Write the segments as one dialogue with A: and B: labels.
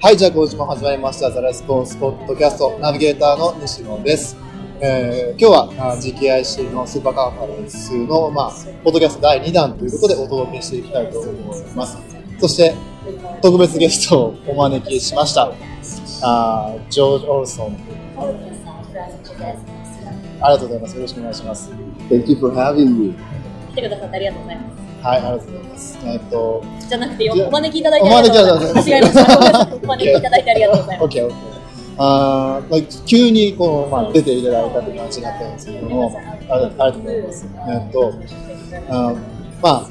A: はい、じゃあ今週も始まりました、ザレスポンスポッドキャスト、ナビゲーターの西野です。えー、今日はあ GKIC のスーパーカンファレンスの、まあ、ポッドキャスト第2弾ということでお届けしていきたいと思います。そして、特別ゲストをお招きしました。あージョージ・オルソン。ありがとうございます。よろしくお願いします。
B: Thank you for having me.
C: 来てくださってありがとうございま
A: はい、ありがとうございます。えっと、
C: す。じゃなくてよ
A: じゃあ
C: お招きいただいてありがとうございます。間違えました。お招きいただいてありがとうございます。
A: OK、OK。あーまあ、急にこう、まあ、出ていただいたという感じになったんですけども、ありがとうありがとうございます。えっと、あーまあ、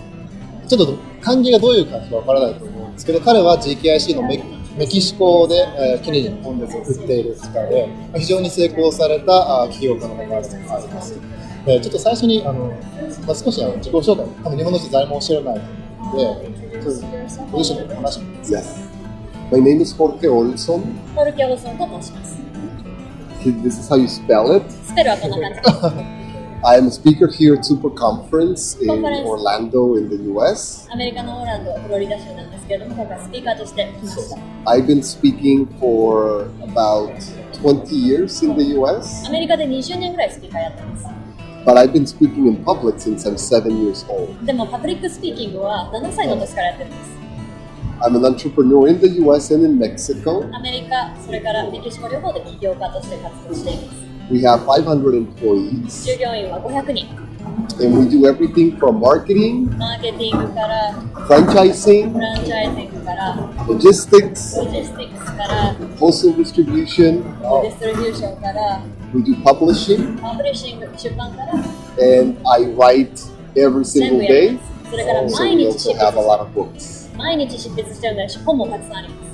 A: ちょっと漢字がどういう漢字かわからないと思うんですけど、彼は GKIC のメメキシコで、えーケネディの本別を売っている方で、まあ非常に成功されたあー起業家の方があります。えーちょっと最初にあの、まあ、少しあの自己紹介、多分日本の人誰も知らないと思うので、ちょっとご自身の話も
B: Yes. My name is Jorge Olson.
C: ポルキョルソンと申します。
B: This is how you spell it.
C: スペルはこんな感じです。
B: I am a speaker here at Super Conference in
C: Conference.
B: Orlando in the US.
C: アメリカのオーランド、フロリダ州なんですけれども、今回スピーカーとして来ました。
B: I've been speaking for about 20 years in the US,
C: アメリカで20年ぐらいスピーカーやってます。
B: but I've been speaking in public since I'm seven years old.
C: でもパブリックスピーキングは7歳の年からやってるんです。
B: I'm an entrepreneur in the US and in Mexico.
C: アメリカ、それからメキシコ旅行で起業家として活動していま
B: We have 500
C: す。
B: employees,
C: 従業員は500人。
B: and we do everything from marketing,
C: マーケティングから、フ
B: franchising,
C: ランチャイズングから、
B: logistics,
C: ロジスティックスから、
B: wholesale distribution,
C: ディストリビューションから、
B: We do publishing
C: パブリッシング、出版から、
B: and I write every
C: 全
B: single
C: 部やり
B: day.
C: ます。それから毎
B: So we
C: 日執
B: also have a
C: 筆、
B: lot of books.
C: 毎日執筆してるんだし、本もたくさんあります。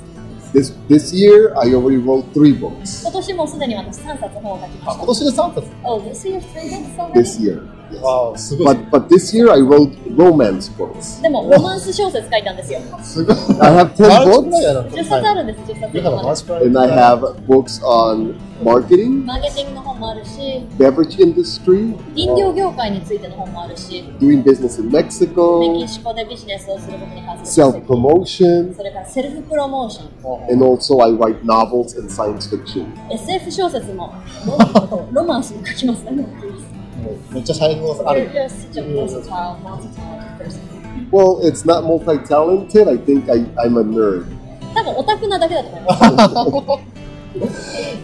B: This this year I already wrote three books.
C: 今年もすでに私3冊本を書きま
A: あ今
C: した。
A: 年で3冊
C: Oh, this year three books
B: This
C: already?
B: year.
A: わあ、すごい。
B: But but this year I wrote romance books.
C: でも、ロマンス小説書いたんですよ。
A: すごい。
B: I
A: マ
B: have ten
A: ルチプレイ
B: books
A: ヤーなの
C: 10冊あるんです、10冊
A: だからマル
C: 本
A: チプレイヤー。
B: and I have books on marketing,
C: マーケティングの本もあるし、
B: beverage industry,
C: 飲料業界についての本もあるし、
B: doing business in
C: メ
B: Mexico,
C: キシコでビジネスをすることに関する
B: self promotion,
C: それからセルフプロモーション。
B: and also I write novels and science fiction.
C: SF 小説もロロマンスも書きますね。
A: めっちゃ才能ある。
C: You're such a versatile, multi-talented person.
B: Well, it's not multi talented. I think I, I'm a nerd.
C: 多分オタクなだけだと思います。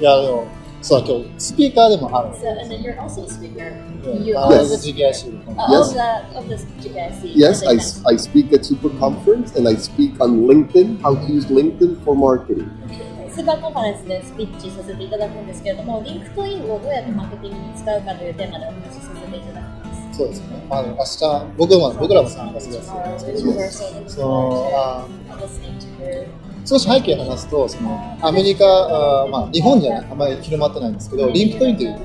A: いや、でも、そうだ、今日、スピーカーでもある。
C: so, and then you're also a speaker.
A: うん
C: You
A: あ
C: all
A: の
C: of the,
A: GKIC の
C: all of the, of the GKC.
B: Yes, I,
C: events.
B: I speak at Super Conference and I speak on LinkedIn, how to use LinkedIn for marketing.
C: スーパーコンファレンスでスピーチさせていただくんですけれども、LinkedIn をどうやってマーケティングに使うかというテーマでお話しさせていただきます。
A: そうですね。まあ、明日、僕も、僕らも参加するやつなんですけど、その、あ少し背景を話すと、その、アメリカ、あまあ、日本じゃない、あまり広まってないんですけど、LinkedIn という、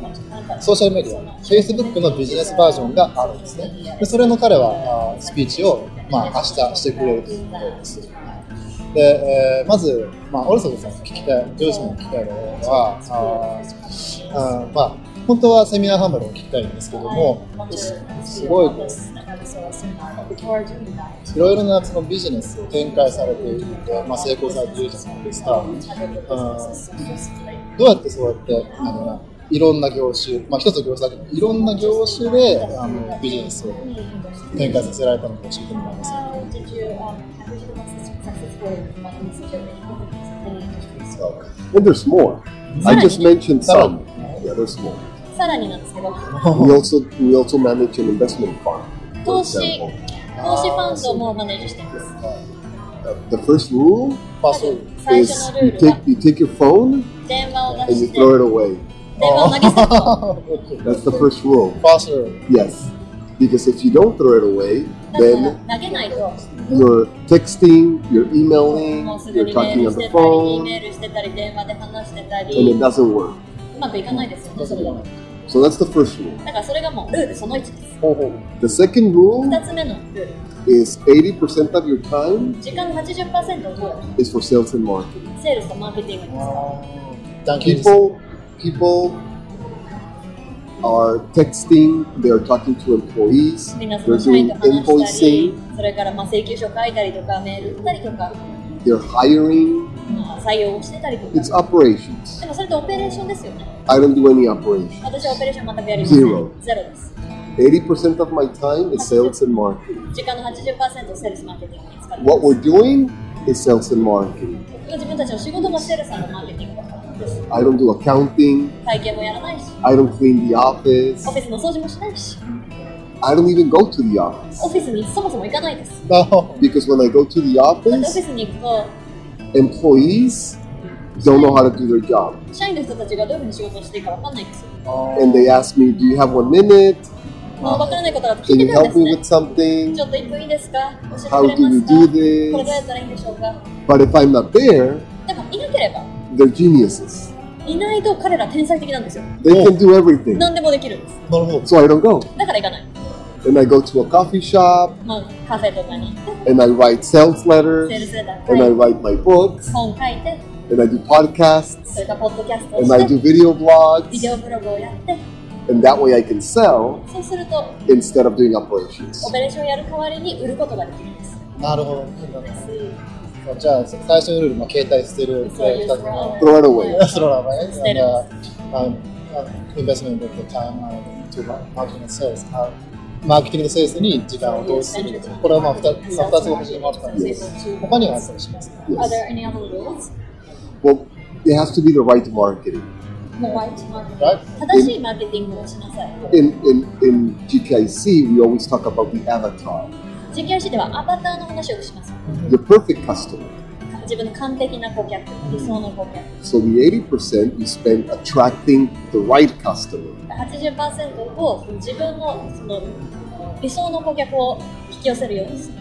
A: ソーシャルメディア、Facebook のビジネスバージョンがあるんですね。でそれの彼はあスピーチを、まあ、明日してくれるということです。で、えーまず、まあ、オルソンさんに聞きたい、ジョージさんに聞きたいのは、あーあーまあ、本当はセミナーハンバルを聞きたいんですけども、すすごい、いろいろなそのビジネスを展開されているので、まあ、成功されているじゃないですか。どうやってそうやって、あのいろんな業種、まあ、一つの業種だけど、いろんな業種であのビジネスを展開させられたのか教えてもらえますか
C: Did you um, have you been successful in running such a big company in the industry?
B: And there's more. I just mentioned some. Yeah, there's more.
C: さらになんですけど、
B: We also we also manage an investment fund.
C: 投
B: For
C: 資、投
B: example,
C: 資ファンドもマネージしています。
B: uh, the first rule
A: まあ、そう
C: 最
B: is
C: 初の
B: you
C: ルールは
B: take you take your phone
C: 電話を出
B: and you
C: して
B: throw it away.
C: 電話を投げ捨てる
B: That's the first rule.
A: ファーストルール
B: Yes, because if you don't throw it away,
C: だ
B: then
C: から投げないと
B: you're texting, you're emailing,
C: もうすぐ
B: you're
C: にメー
B: talking
C: ル
B: on
C: して
B: the
C: たり E メールしてたり
B: phone,
C: 電話で話してた
B: and
C: り
B: it doesn't work.
C: うまくいかないですよねそれだと
B: So that's the first rule.
C: だからそれがもうルールその1です
A: 方法
B: The second rule
C: 2つ目のルール
B: is 80% of your time
C: 時間の80%をどう
B: is for sales and marketing.
C: セールスとマーケティングに使う
A: ダンキンです
B: People people are texting, they are talking to employees,
C: みんなそ
B: they're
C: の社員
B: doing
C: と話したり
B: invoicing,
C: それからまあ請求書書いたりとかメール打ったりとか
B: they're hiring,
C: まあ、採用をしてたりと
B: It's
C: か、
B: operations.
C: でもそれってオペレーションですよね。
B: I don't do any operations.
C: 私はオペレーション全くやりません。
B: ゼ
C: ゼ
B: ロ
C: ロです。
B: 80% of my time is sales and marketing.
C: 時間の80%をセールスマーケティングに使ってます
B: What we're doing is sales and marketing.
C: 自分たちの仕事もセールスのマーケティングだったんです。
B: I don't do accounting.
C: 会計もやらないし、
B: I don't clean the office.
C: オフィスの掃除もしないし、
B: I don't even go to the office
C: オフィスにそもそも行かないです。
A: No.
B: because when I go to the
C: だってオフ
B: office,
C: ィスに行くと、
B: employees don't know how to do their job.
C: 社員の人たちがどういうふうに仕事をしていいか分かんないんですよ。
B: And they ask me, Do you have one minute?
C: もう分からないことだと聞
B: Can
C: いて
B: you
C: くるんで
B: help
C: す
B: me
C: ね
B: with。something?
C: ちょっと1分いいですか教えて
B: How
C: く
B: do
C: れ
B: you
C: ますかこれどう
B: do
C: や
B: this?
C: ったらいいんでしょうか
B: But if I'm not there,
C: でも、いなければ、
B: they're geniuses.
C: いないと彼ら天才的なんですよ。
B: They can do everything.
C: 何でもできるんです。
A: なるほど。
B: So I don't go.
C: だから行かない。
B: And I go to a coffee shop
C: まあ、カフェとかに行って、
B: and I write sales
C: セール
B: letters
C: スレター
B: and
C: 書
B: I
C: いて、
B: write my books
C: 本書いて、
B: and I do podcasts
C: それからポッドキャストを
B: and
C: し
B: I
C: て、
B: do video
C: ビデオ
B: blogs
C: ブログをやって、
B: and that way I can sell
C: そうすると、
B: instead of doing operations.
C: オペレーションやる代わりに売ることができるんです。
A: なるほど。じゃあ、最初のルール、まあ、携帯捨てる、
C: そうい
A: 二
C: う
A: つの。
B: Throw it away.
A: その名前
C: 捨てる
A: investment of the time uh, to marketing and sales. Uh, マーケティングとセールスに時間を投資する。これはまあ 2, つ二つお話もあったんですけど、他にはあったりしますか
C: Are there any other rules?
B: Well, it has to be the right marketing.
C: The right marketing.
A: Right.
C: 正しいマーケティングをしなさい。
B: In, in, in GKIC, we always talk about the avatar,
C: GKIC ではアバターの話をします。
B: the perfect customer.
C: 自分の完璧な顧客、理想の顧客。
B: So the 80% we spend attracting the right customer.
C: 80%を自分のその理想の顧客を引き寄せるようにする。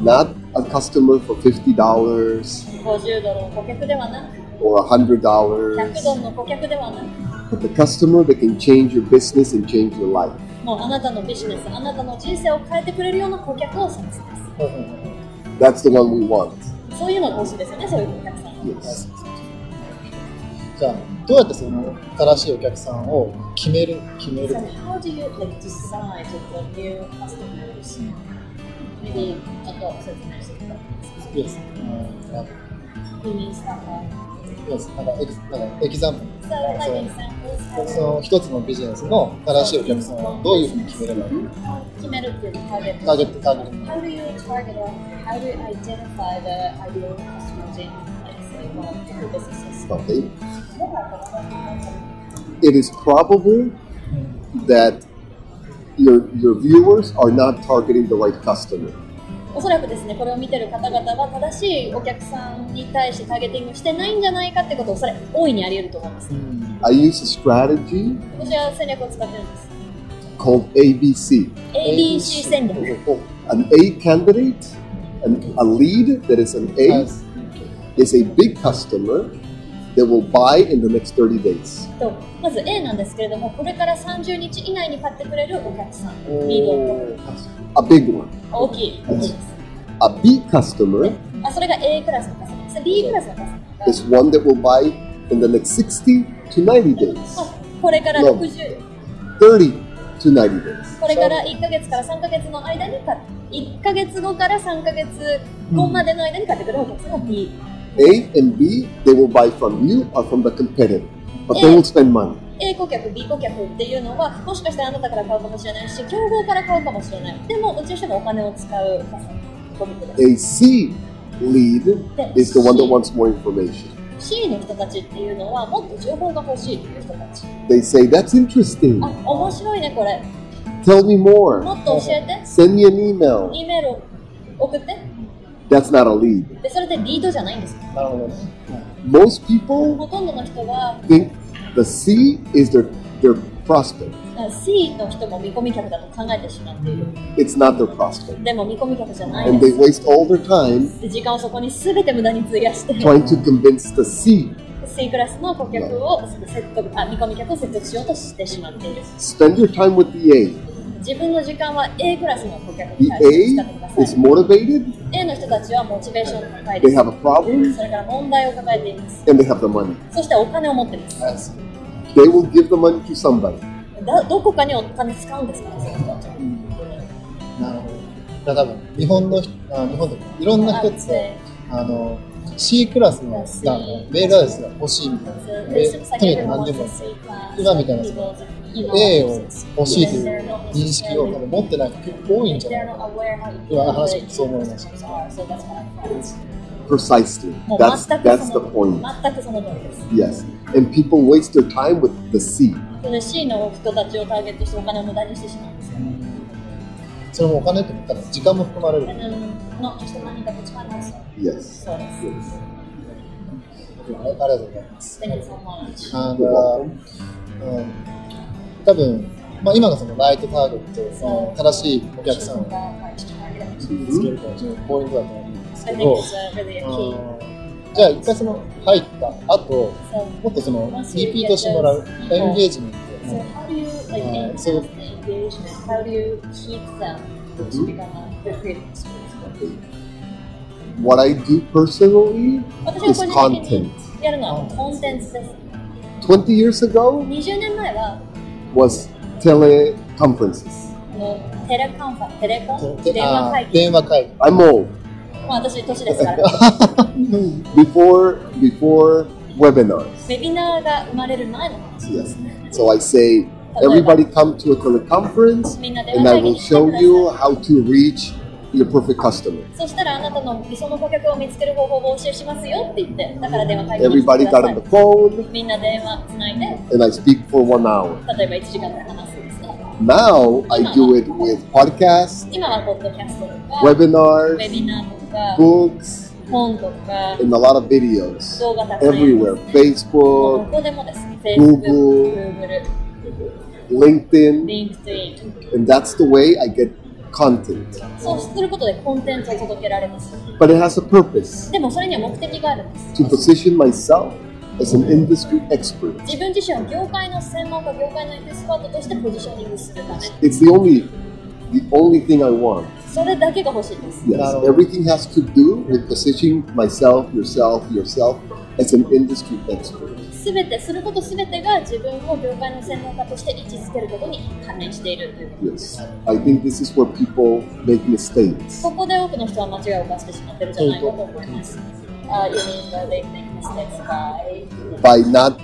B: Not a customer for $50
C: 50ドルの顧客ではなく、
B: or
C: 100ドル
B: $100,
C: の顧客ではなく、
B: but the customer that can change your business and change your life.
C: もうあなたのビジネス、あなたの人生を変えてくれるような顧客を探すんで
B: That's the one we want.
C: す。そういうのが欲しいですよね、そういうお客さんは。
B: Yes.
A: じゃあ、どうやってその新しいお客さんを決める、決める
C: So。how do you like decide the new customers? Maybe ちょっと説明してください。
A: Yes. Uh, yeah.
C: You mean stuff like
A: Yes. なんかエキなんかエキザンプル。
C: so like examples
A: その一つのビジネスの新しいお客さんをどういうふうに決めればいいか。
C: 決めるっていうターゲット。
A: ターゲット、ターゲット。
C: How do you target or how do you identify the ideal customers in place like one of your businesses?
B: Okay. It is probable that your, your viewers are not targeting the right customer.
C: おそらくですね、これを見てる方々は正しいお客さんに対してターゲティングしてないんじゃないかってことをそれ大いにあり得ると思います。
B: I use a strategy
C: 私は戦略を使ってるんです。
B: called ABC.
C: ABC 戦略。
B: An A candidate, an, a lead that is an A,
A: Yes.
B: is a big customer that will buy in the next 30 days.
C: とまず A なんですけれどもこれから30日以内に買ってくれるお客さんリード
B: A big one.
C: 大きいです
B: A B customer
C: あそれが A クラスのカスタマーそれ B クラスのカスタマー
B: is one that will buy in the next 60 to 90
C: が
B: days,
C: まあこれから60
B: 30 to 90 days.
C: これから1ヶ月から3ヶ月の間に買って1ヶ月後から3ヶ月後までの間に買ってくれるお客さんが B
B: A and B, they will buy from you or from the competitor, but they will spend money.
C: A 顧客 B 顧客っていうのはもしかしたらあなたから買うかもしれないし競合から買うかもしれないでもうちの人がお金を使うカスタマー顧客です
B: A C lead is the one that wants more information.
C: C の人たちっていうのはもっと情報が欲しいっていう人たち
B: They say, That's
C: あ
B: interesting.
C: 面白いねこれ
B: Tell me
C: も
B: more.
C: っと教えて、
B: Send me an email.
C: E メールを送って、
B: That's not a lead.
C: でそれでリードじゃないんですよ。
A: なるほどね。
B: Most people
C: ほとんどの人は
B: think the C is their, their prospect.
C: あ C の人も見込み客だと考えてしまっている。
B: It's not their prospect.
C: でも見込み客じゃない
B: And
C: んで
B: they
C: す。
B: waste all their time
C: で時間をそこに全て無駄に費やして、
B: trying to convince the C.
C: C クラスの顧客をその説得あ見込み客を説得しようとしてしまっている。
B: Spend your time with the A.
C: 自分の時間は A クラスの顧客に対して使ってくだ
B: The A
C: さ
B: is
C: い。
B: motivated,
C: A の人たちはモチベーションが高いで
B: they
C: す。
B: have a problem,
C: それから問題を抱えています。
B: and they have the money.
C: そしてお金を持っています。
B: They will give the money to somebody.
C: だどこかにお金使うんですかその人たちは
A: なるほど。だから多分日本の人あ日本でいろんな人ってあの C クラスのなんかメールアドレスが欲しいみたいな。えとにかく何でも今みたいなその A を欲しいという認識を多分持ってない人結構多いんじゃないかな。今の話をそう思いました。
B: Precisely.
C: もう
B: That's
C: 全く
B: that's
C: そ
B: the
C: の
B: point.
C: 全くその通りです。
B: Yes. And people waste their time with the C.
C: それ C の人たちをターゲットしてお金を無駄にしてしまうんですよ。
A: それもお金って多分時間も含まれる。
C: うん、not just the money that it's financed. そう
B: Yes.
C: です。
B: yes.
A: ありがとうございます。
C: Thank you so much.
A: あの
B: You're welcome.
A: うん、多分、まあ、今のそのライトターゲット、その正しいお客さんを見つけるかもしれないポイントだと思うんです
C: I
A: け
C: think
A: ど、
C: it's uh, really a
A: あ
C: key.
A: ーじゃあ一回その入った後、
C: So,
A: もっとそのリピートしてもらう、エンゲージメン
C: so how do you like
A: Uh,
C: enhance
A: so-
C: the engagement? How do you keep them to become a recruiting experience?
B: What I do personally
C: 私は個人
B: is
C: 的
B: content.
C: にやるのはコンテンツです。
B: 20 years ago
C: 20年前は
B: was teleconferences.
C: あのテレカンファ、テレコン、
A: ト。
C: 電話
A: あ
C: 会
A: ー
C: 議。
A: 電話会
B: I'm old.
C: まあ私年です から。
B: Before before webinars.
C: ウェビナーが生まれる前の話で
B: Yes.
C: すね。
B: So I say everybody come to a teleconference
C: みんな電
B: and
C: 話
B: I
C: 会議
B: will
C: に来てく
B: show
C: ださ
B: you how to reach your perfect customer.
C: い。そしたらあなたの理想の顧客を見つける方法をお教えしますよって言って、だから電話会議に来て
B: Everybody
C: くだ
B: got
C: さ
B: on
C: い
B: the。phone
C: みんな電話つないで、
B: and I speak for one hour.
C: 例えば1時間で話すんですね。
B: Now I do it with podcasts,
C: 今はポッドキャストとか、ウェ
B: webinars,
C: ビナーとか、
B: books,
C: 本とか、
B: and a lot of videos
C: 動画たくさんやりますも
B: everywhere.
C: うど
B: Facebook,
C: こでもですね。Facebook、
B: Google
C: Google、
B: LinkedIn,
C: LinkedIn。
B: and that's the way I get content.
C: そうすることでコンテンツを届けられます。
B: But it has a purpose
C: でもそれには目的があるんです。
B: to position myself as an industry expert.
C: 自分自身を業界の専門家、業界のエキスパートとしてポジショニングするため、
B: It's the only the only thing I want.
C: それだけが欲しいです。
B: Yes,
A: Claro.
B: everything has to do with positioning myself, yourself, yourself as an industry expert.
C: すべて、することすべてが自分を業界の専門家として位置づけることに関連しているということ
B: Yes, I think this is where people make mistakes.
C: ここで多くの人は間違いを犯してしまってるんじゃないかと思います。あ、you mean that they make mistakes by
B: by not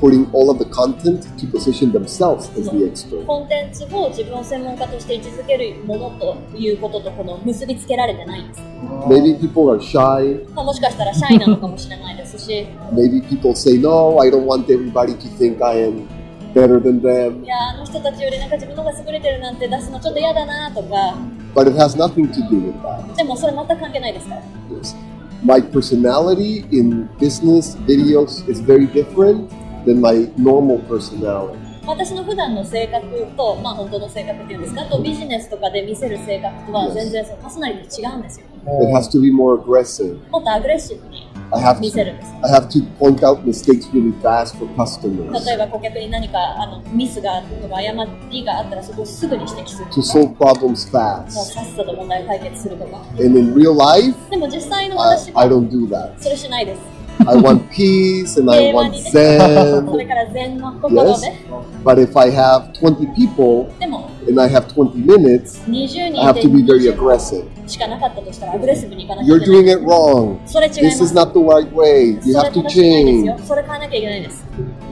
B: putting all of the content to position themselves as the expert.
C: コンテンツを自分を専門家として位置づけるものということとこの結びつけられてないんです。
B: Maybe people are shy.
C: まあ、もしかしたらシャイなのかもしれないですし、
B: Maybe people say, no, I don't want everybody to think I am better than
C: い
B: them.
C: やあの人たちよりなんか自分の方が優れてるなんて出すのちょっと嫌だなとか
B: But it has nothing to do with that.
C: でもそれ全く関係ないですから
B: Yes. My personality in business videos is very different than my normal personality.
C: 私の普段の性格とまあ本当の性格っていうんですかあとビジネスとかで見せる性格とは全然そのパーソナリティ違うんですよ
B: It has to be more aggressive.
C: もっとアグレッシブに
B: I have
C: 見せ
B: to,
C: るんです
B: I have to point out mistakes really fast for customers
C: 例えば顧客に何かあのミスがあったとか誤りがあったらそこをすぐに指摘する
B: to
C: とか
B: solve problems
C: もう
B: fast.
C: さっさと問題を解決するとか
B: And in real life,
C: でも実際の
B: I,
C: 私は
B: I don't do that.
C: それしないです
B: I want peace and
C: Yeah,
B: I want
C: money. そ
B: zen.
C: れから禅の心で
B: But if I have 20 people
C: でも
B: and I have 20 minutes,
C: 20
B: I have to
C: 人
B: be
C: で
B: very aggressive.
C: しかなかったとしたらアグレッシブにいかなきゃ
B: You're
C: いけない
B: doing it wrong.
C: それ違いま
B: This
C: す
B: is not the right way.
C: そ
B: You
C: れ
B: have to
C: 正しくないですよ
B: change.
C: それ変えなきゃいけないです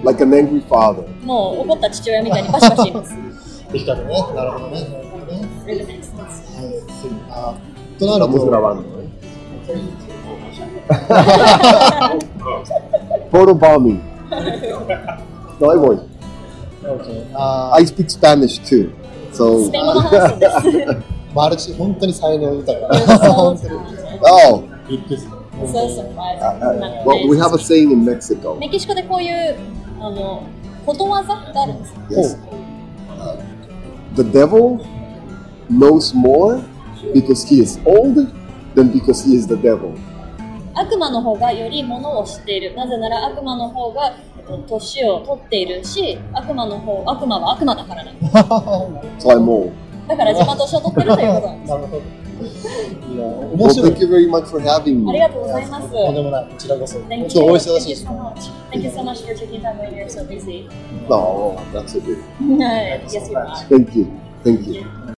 B: Like an angry father.
C: もう怒った父親みたいにバシバシ言い ます
A: できたらね。なるほどね。なるほどね。
C: Really nice things.
A: はい次あとなる
B: Estamos
A: と、
B: grabando. eh? Photo bombing. No, I won't.
A: OK あー
B: I speak Spanish too. So,
C: スペイン語の話です
A: マルチ、本当に才能豊か。
C: そう
A: 本当に
C: そ
B: oh,
A: びっくりする。
C: うそう surprising
B: uh,
C: なんか
B: uh,
C: ね
B: well, we have a saying in Mexico.
C: メキシコでこういうあのことわざがあるんですよ
B: Yes. Uh, the devil knows more because he is old than because he is the devil.
C: 悪魔の方がよりものを知っているなぜなら悪魔の方がえっと年を取っているし悪魔の方悪魔は悪魔だからだ
B: So I'm old.
C: だから自分は年を取ってるということな んで
A: なるほど。いや、面
B: Well,
A: 白い
B: thank。you very much for having
C: すあ
B: me.
C: りがとうございます
A: とんでもない。こちらこそ。
C: Thank
A: 本
C: you.
A: 当お忙
C: Thank
A: しい
C: you
A: です
C: so。much. Thank you so much for taking time when you're so busy.
B: No, that's okay.
C: yes, you are.
B: Thank you. Thank you.